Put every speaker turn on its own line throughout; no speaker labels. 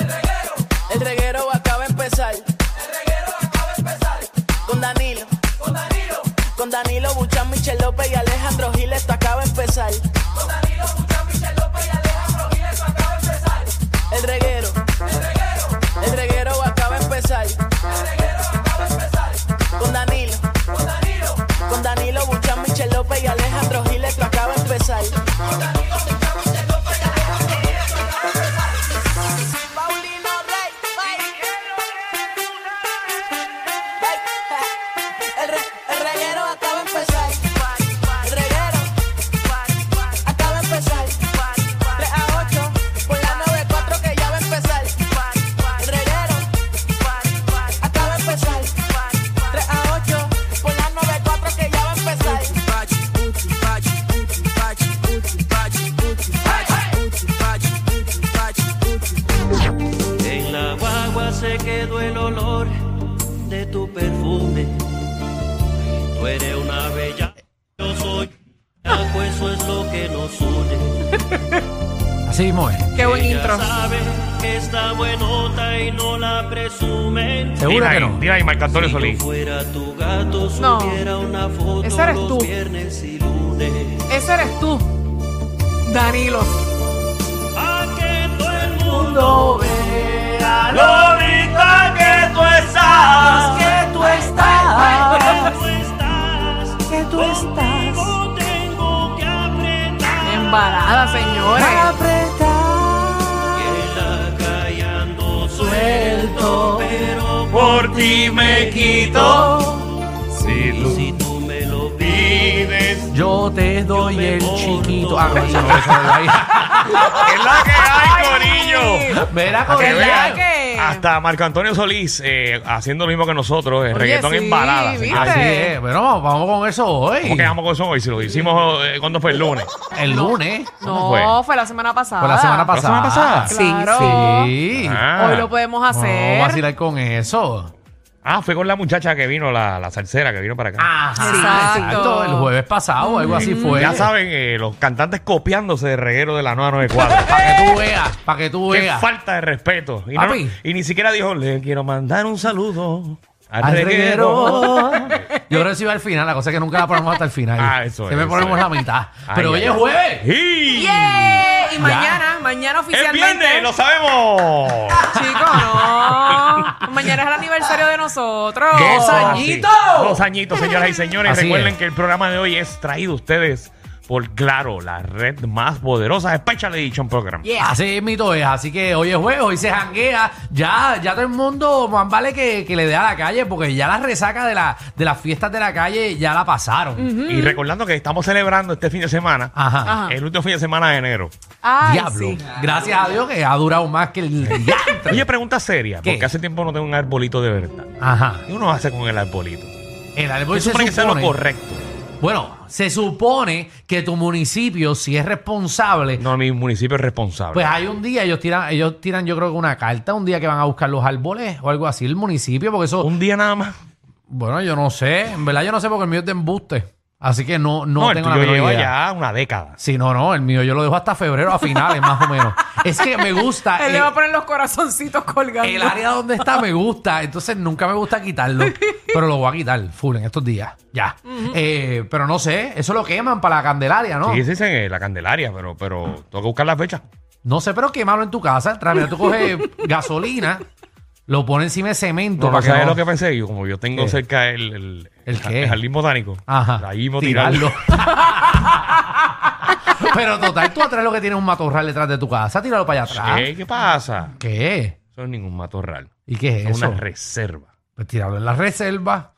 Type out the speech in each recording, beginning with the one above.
El reguero. El reguero acaba de empezar. El reguero acaba de empezar. Con Danilo. Con Danilo. Con Danilo Buchan, Michel López y Alejandro Gil, esto acaba de empezar. Con Danilo Buchan, Michel López y Alejandro Gil, esto acaba de empezar. El reguero. El reguero. El reguero acaba de empezar. El reguero acaba de empezar. Con Danilo. Con Danilo. Con Danilo Buchan, Michel López y Alejandro Gil, esto acaba de empezar. Paulino Rey. El, re- el reguero acaba de empezar. El reguero acaba de empezar. 3 a 8 por la 94 que ya va a empezar. El reguero acaba de empezar. 3 a 8 por la 94 que ya va a empezar.
En la guagua se quedó el olor de tu perfume. Tú eres una bella, yo soy. una, Pues eso es lo que nos une.
Así mismo es.
Qué buen intro.
Ya sabe que está buenota y no la presumen.
Seguro
Dila
que
ahí,
no.
dila ahí, Marc Antonio
Si
Solís.
yo fuera tu gato,
No.
subiera una foto
Ese eres
los
tú.
viernes y lunes.
Ese eres tú, Danilo.
Pa' que todo el mundo vea lo rica que tú estás. Que tú estás. Que tú estás.
Que tú estás
Contigo tengo que apretar.
Embarada, señores.
apretado.
Ella callando suelto, pero por ti me quito.
Oh,
Si tú me lo pides,
Yo te doy
Yo me
el
borro.
chiquito. Ah, no, eso no, eso no, ahí.
Es la que hay, corillo.
Mira,
Que
Corillo.
vea,
¿Verdad que?
Hasta Marco Antonio Solís eh, haciendo lo mismo que nosotros, el
Oye,
reggaetón
sí,
en balada. señor.
¿viste?
Así es. Bueno, vamos con eso hoy.
¿Cómo quedamos con eso hoy? Si lo hicimos eh, cuando fue el lunes.
El lunes.
No,
fue?
fue? la semana pasada.
Por la semana
¿La semana
pasada.
pasada?
Claro.
Sí.
Ah,
Hoy lo podemos
Vamos a
hacer.
vacilar con eso.
ah, fue con la muchacha que vino, la, la salsera que vino para acá.
Ah,
Ajá.
Exacto.
El jueves pasado, o algo así fue.
Mm. Ya saben, eh, los cantantes copiándose de reguero de la 994.
Para que tú veas. Para que tú
Qué
veas.
falta de respeto. Y, no-
Papi.
y ni siquiera dijo, le quiero mandar un saludo al,
Al
reguero.
reguero. Yo creo que sí va al final, la cosa es que nunca la ponemos hasta el final.
Ah, eso
Siempre
es,
ponemos
eso
la mitad.
Ay,
Pero hoy
ay,
es
ay.
jueves.
¡Y!
¡Yay! Y mañana, mañana
¡Es
oficialmente.
viernes! ¡Lo sabemos!
Chicos, no. Mañana es el aniversario de nosotros.
Eso,
Dos
así.
añitos.
Dos añitos, señoras y señores.
Así
Recuerden
es.
que el programa de hoy es traído a ustedes por Claro, la red más poderosa de Special Edition Program.
Yeah.
Así mito es, así que hoy es jueves, hoy se janguea, ya, ya todo el mundo más vale que, que le dé a la calle, porque ya la resaca de, la, de las fiestas de la calle ya la pasaron.
Y recordando que estamos celebrando este fin de semana,
Ajá.
Ajá.
el último fin de semana de enero.
Ay,
Diablo.
sí.
Gracias a Dios que ha durado más que el diantre.
Oye, pregunta seria,
¿Qué?
porque hace tiempo no tengo un arbolito de verdad.
Ajá.
¿Qué uno hace con el arbolito?
El árbol Pues se
Eso supone que sea lo
supone.
correcto.
Bueno, se supone que tu municipio, si es responsable,
No, mi municipio es responsable.
Pues hay un día, ellos tiran, ellos tiran, yo creo que una carta, un día que van a buscar los árboles o algo así, el municipio, porque eso,
un día nada más.
bueno, yo no sé, en verdad yo no sé porque el mío es de embuste, así que no, no,
No, el
tengo la
tuyo
menor
lleva
idea.
ya una década.
Sí, no, no, el mío yo lo dejo hasta febrero a finales, más o menos. Es que me gusta,
Él
el,
le va a poner los corazoncitos colgando.
el área donde está me gusta, entonces nunca me gusta quitarlo, pero lo voy a quitar full en estos días, ya. Eh, pero no sé, eso lo queman para la Candelaria, ¿no?
Sí, sí, en la Candelaria, pero, pero tengo que buscar la fecha.
No sé, pero quemarlo en tu casa. Tras- mira, tú coges gasolina, lo pones encima de cemento.
No,
para
para
que
saber
no-
lo que pensé, yo, como yo tengo
¿Qué?
cerca el, el,
¿El qué?
el jardín botánico,
Ajá.
ahí mismo tirarlo.
pero total, tú atrás lo que tienes un matorral detrás de tu casa, tíralo para allá atrás.
¿Qué? ¿Qué pasa?
¿Qué?
Eso no es ningún matorral,
¿Y qué es
es
eso?
una reserva.
Pues tíralo en la reserva,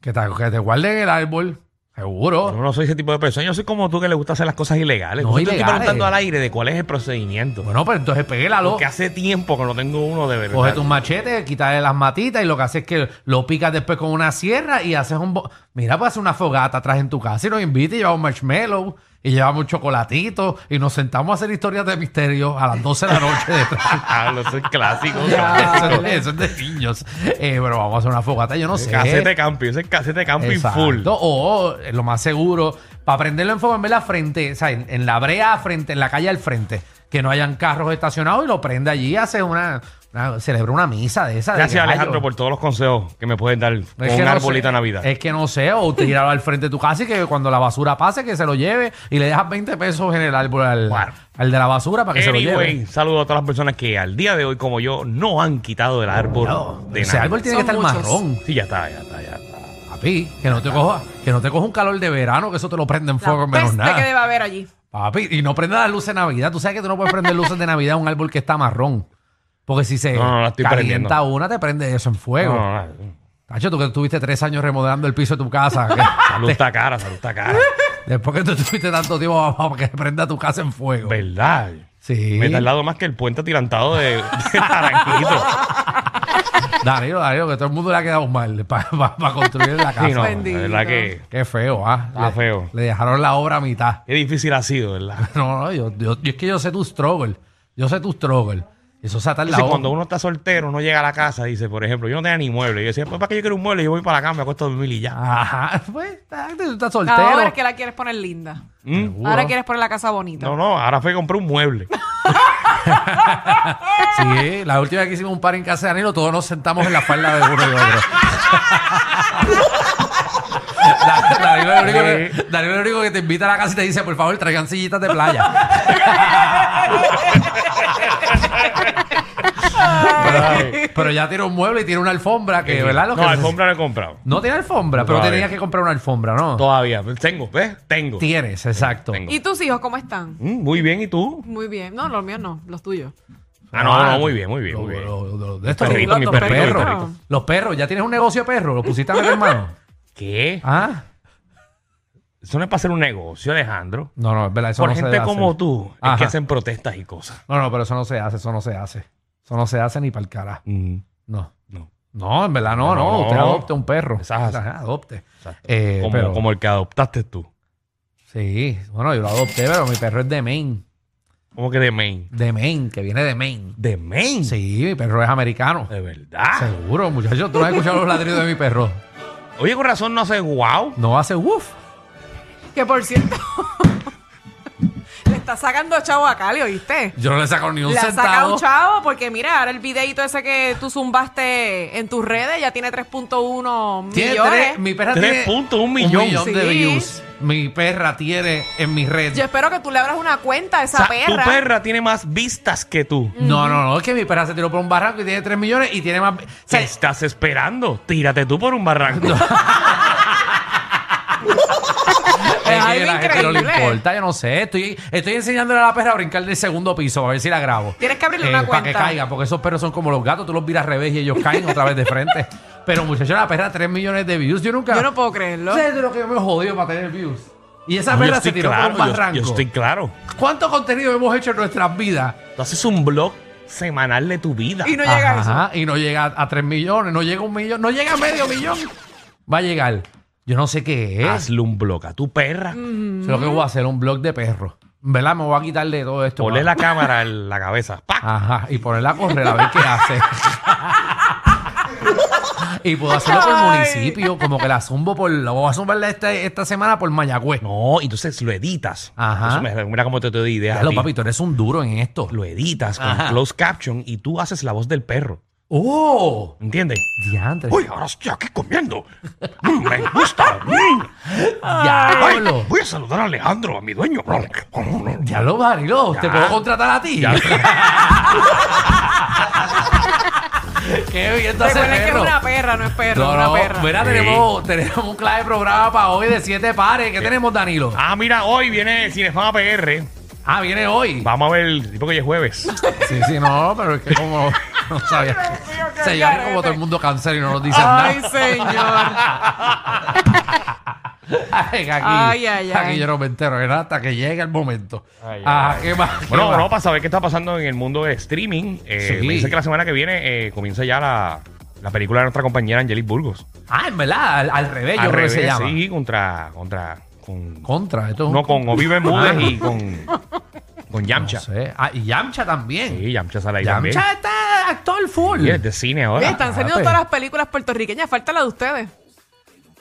que te, que te guarden el árbol. Seguro.
Yo no soy ese tipo de persona. Yo soy como tú que le gusta hacer las cosas ilegales.
No,
Yo estoy aquí
ilegales.
preguntando al aire de cuál es el procedimiento.
Bueno, pues entonces pégalo.
Porque hace tiempo que no tengo uno de verdad.
Coge tus machetes, quítale las matitas y lo que haces es que lo picas después con una sierra y haces un... bo- Mira, puedes hacer una fogata atrás en tu casa y nos invita y llevamos marshmallow y llevamos un chocolatito y nos sentamos a hacer historias de misterio a las 12 de la noche detrás.
Ah, lo soy clásico.
eso, eso es de niños. Eh, pero vamos a hacer una fogata, yo no sé.
Casete camping, ese es casete camping
Exacto.
full.
O o, eh, lo más seguro, para prenderlo en fuego, en la frente, o sea, en, en la brea frente, en la calle al frente, que no hayan carros estacionados y lo prende allí, hace una, una- celebra una misa de esa. de
Gracias
gallo.
Alejandro por todos los consejos que me pueden dar con
Es que
un
no
arbolito
sé,
de Navidad.
Es que no sé, o tirarlo al frente de tu casa y que cuando la basura pase, que se lo lleve y le dejas 20 pesos en el árbol al,
Bueno.
al de la basura para que se lo lleve.
Anyway, saludo a todas las personas que al día de hoy, como yo, no han quitado el árbol
No,
de
ese
Navidad.
árbol tiene
Son
que estar
muchos.
marrón,
Sí, ya está, ya está, ya está.
papi. Que no te coja, que no te coja un calor de verano, que eso te lo prende en fuego
La
en menos
peste
nada.
que debe haber allí.
Papi, y no prenda las luces de Navidad. Tú sabes que tú no puedes prender luces de Navidad a un árbol que está marrón. Porque si se
No, no, la estoy
calienta
prendiendo.
una, te prende eso en fuego.
No, no, no.
Cacho, tú que tuviste tres años remodelando el piso de tu casa. que-
Salud está cara, salud está cara.
después que tú tuviste tanto tiempo para que prenda tu casa en fuego.
¿Verdad?
Sí.
Me he tardado más que el puente atirantado de, de Naranjito.
Danilo, Danilo, que todo el mundo le ha quedado mal para construir la casa.
Sí, no,
Bendito.
la verdad que
Qué feo, ¿ah?
Está
Le-
feo.
Le dejaron la obra a mitad.
qué difícil ha sido, ¿verdad?
No, no, yo, yo- yo es que yo sé tu struggle. Yo sé tu struggle. Eso se atar la
Entonces,
obra.
cuando uno está soltero, uno llega a la casa, dice, por ejemplo, yo no tenía ni mueble. Yo decía, pues, ¿para qué yo quiero un mueble? Yo voy para la cama, me acuesto a dormir y ya.
Ajá, pues, está- tú estás soltero.
Ahora es que la quieres poner linda.
¿Mm?
Seguro.
Ahora quieres poner la casa bonita.
No, no, ahora fue a comprar un mueble.
Sí, la última vez que hicimos un par en casa de Danilo, todos nos sentamos en la falda de uno y otro. Da- Danilo es el único que- Danilo es el único que te invita a la casa y te dice, por favor, traigan sillitas de playa. pero, pero ya tiene un mueble y tiene una alfombra que, ¿verdad? Los
Eh, no,
que-
alfombra no he comprado.
No tiene alfombra, pero
Todavía.
tenías que comprar una alfombra, ¿no?
Todavía. Tengo, ¿ves? Tengo.
Tienes, exacto.
Tengo.
¿Y tus hijos cómo están?
Mm, muy bien, ¿y tú?
Muy bien. No, los míos no, los tuyos.
Ah, no, no, muy bien, muy bien,
Lo-
muy bien.
lo- lo- de estos,
Perrito,
los,
mi
los
perrito, mi
perros.
perrito.
Los perros, ya tienes un negocio de perros, lo pusiste a meter hermano.
¿Qué?
Ah,
Eso no es para hacer un negocio, Alejandro.
no, no, es verdad, eso
Por
no se
gente
debe
como
hacer.
tú, es
Ajá.
que hacen protestas y cosas.
No, no, pero eso no se hace, eso no se hace. Eso no se hace ni para el cara.
Mm.
No.
No.
No, en verdad, no, no.
No, no,
usted
no.
adopte un perro.
Exacto.
Ajá, adopte.
Exacto.
Eh,
como,
pero-
como el que adoptaste tú.
Sí, bueno, yo lo adopté, pero mi perro es de Maine.
Como que de Maine.
De Maine, que viene de Maine.
¿De Maine?
Sí, mi perro es americano.
De verdad.
Seguro, muchachos, tú no has escuchado los ladridos de mi perro.
Oye, con razón no hace wow.
No hace uff.
Que por cierto, le está sacando chavo a Cali, ¿oíste?
Yo no le he sacado ni un
Le ha
centavo.
sacado chavo porque mira, ahora el videito ese que tú zumbaste en tus redes ya tiene 3.1
Tiene
millones.
tres- mi perra tiene
3.1 millón.
un millón de
Sí.
views. Mi perra tiene en mi red.
Yo espero que tú le abras una cuenta a
O
esa
sea,
perra. Mm.
Tu perra tiene más vistas que tú.
No, no, no, es que mi perra se tiró por un barranco y tiene 3 millones y tiene más. O sea,
¿Qué estás esperando? Tírate tú por un barranco.
es que
algo
la gente no le
increíble.
importa, yo no sé. Estoy, estoy enseñándole a la perra a brincar del segundo piso a ver si la grabo.
Tienes que abrirle una
Para que
cuenta.
caiga, porque esos perros son como los gatos, tú los miras al revés y ellos caen otra vez de frente. Pero muchachos, la perra 3 millones de views. Yo nunca.
Yo no puedo creerlo.
¿Sabes de lo que yo me he jodido para tener views? Y esa
No, yo
perra se
estoy
tiró
claro,
por un
yo-
barranco.
yo estoy claro.
¿Cuánto contenido hemos hecho en nuestras vidas?
Tú haces un blog semanal de tu vida.
Y no llega a eso.
Ajá, y no llega a 3 millones, no llega a un millón, no llega a medio millón. Va a llegar. Yo no sé qué es.
Hazle un blog a tu perra.
Sé lo que voy a hacer, un blog de perros. ¿Verdad? Me voy a quitar de todo esto.
Ponle
mano.
la cámara en la cabeza. ¡Pac!
Ajá, y ponerla a correr a ver qué hace. y puedo hacerlo por el
Ay.
municipio, como que la zumbo por... La voy a zumbarla esta, esta semana por Mayagüez.
No, entonces lo editas.
Ajá.
Eso me- mira cómo te, te doy ideas. a
Claro,
ti.
papi, tú eres un duro en esto.
Lo editas con
Ajá.
closed caption y tú haces la voz del perro.
¡Oh!
¿Entiendes?
Diantre.
Uy, ahora estoy aquí comiendo. Mm, me gusta. Mm. Ay,
¡Diablo!
voy a saludar a Alejandro, a mi dueño.
Diablo, Barilo, te
Ya.
puedo contratar a ti.
Ya.
Qué bien te hace
Recuerden que es
perro.
una perra, no es perro,
No,
es una
no,
perra.
mira,
Sí.
tenemos, tenemos un clave programa para hoy de siete pares. ¿Qué tenemos, Danilo?
Ah, mira, hoy viene Cinefama PR.
Ah, viene hoy.
Vamos a ver, tipo que hoy es jueves.
Sí, sí, no, pero es que como no sabía.
qué
Se llevan
carete.
como todo el mundo cáncer y no nos dicen
Ay,
nada.
señor.
Ay, aquí,
Ay, ay, ay.
aquí yo no me entero de nada hasta que llegue el momento.
Ay, ay,
Ajá,
ay.
¿qué más? ¿Qué
Bueno,
más?
no, para saber qué está pasando en el mundo de streaming. Eh,
Sí.
Me dice que la semana que viene eh, comienza ya la, la película de nuestra compañera Angelique Burgos.
Ah, en verdad, al, al revés, yo
Al
creo
revés,
que se llama.
Sí, contra. contra con,
Contra, esto es un-
no, con Obi Bermúdez
Ah.
y con. Con Yamcha.
No sé. Ah, y Yamcha también.
Sí, Yamcha sale ahí también.
Yamcha está actor full.
Sí, es de cine
Oye,
ahora.
están saliendo
Espérate.
todas las películas puertorriqueñas, falta la de ustedes.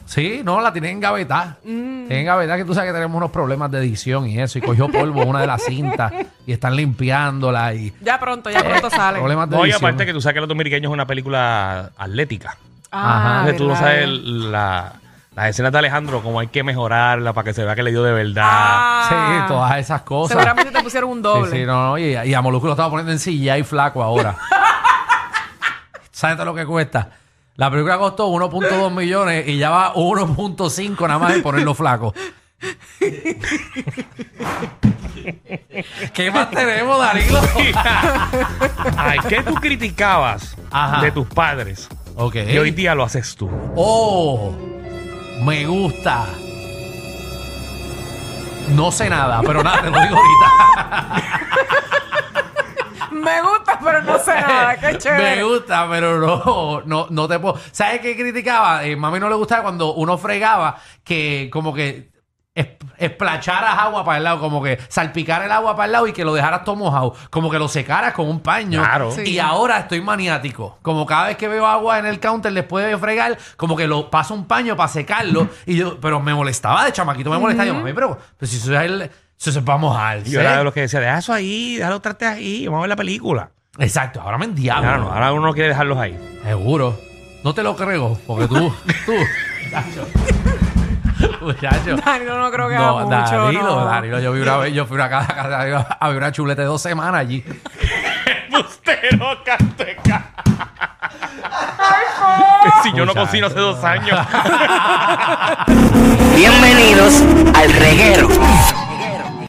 Sí, no, la tienen en gaveta.
Mm.
En gaveta que tú sabes que tenemos unos problemas de edición y eso. Y cogió polvo una de las cintas y están limpiándola y
Ya pronto, ya
Eh,
pronto salen.
problemas de
No, y
edición.
aparte que tú sabes que Los Dominiqueños es una película atlética.
Ah,
Entonces tú no
¿verdad?
sabes el- la, las escenas de Alejandro, cómo hay que mejorarla para que se vea que le dio de verdad.
Ah.
Sí, todas esas cosas.
Seguramente te pusieron un doble.
Sí, sí, no, no, y, y a Molusco lo estaba poniendo en silla y flaco ahora. ¿Sabes todo lo que cuesta? La película costó 1.2 millones y ya va 1.5 nada más de ponerlo flaco. ¿Qué más tenemos, Danilo?
Ay, ¿qué tú criticabas
Ajá.
de tus padres?
Ok.
Y hoy día lo haces tú.
Oh, me gusta. No sé nada, pero nada, te lo digo ahorita.
Me gusta, pero no sé nada. Qué
Me
Eh.
chévere.
gusta, pero no, no, no te puedo. ¿Sabes qué criticaba? Eh, mami no le gustaba cuando uno fregaba que como que es- esplacharas agua para el lado, como que salpicar el agua para el lado y que lo dejaras todo mojado, como que lo secaras con un paño.
Claro.
Sí.
Y ahora estoy maniático. Como cada vez que veo agua en el counter después de fregar, como que lo paso un paño para secarlo. Y yo, pero me molestaba de chamaquito, me molestaba. Yo, mami, pero, pero si eso es el. Eso se va a mojar.
Y
¿sí?".
yo era de los que decía, deja eso ahí, déjalo trate ahí, vamos a ver la película.
Exacto, ahora me endiablo.
Ahora no, ahora uno no quiere dejarlos ahí.
Seguro. No te lo creo, porque tú, tú, muchacho. Muchacho.
Danilo no creo que haga
No,
mucho.
Danilo,
no.
Danilo, yo vi una vez, yo fui a una casa, a- a ver una chuleta de dos semanas allí.
Bustero, cateca. Si yo no
Muchacho.
cocino hace dos años.
Bienvenidos al reguero.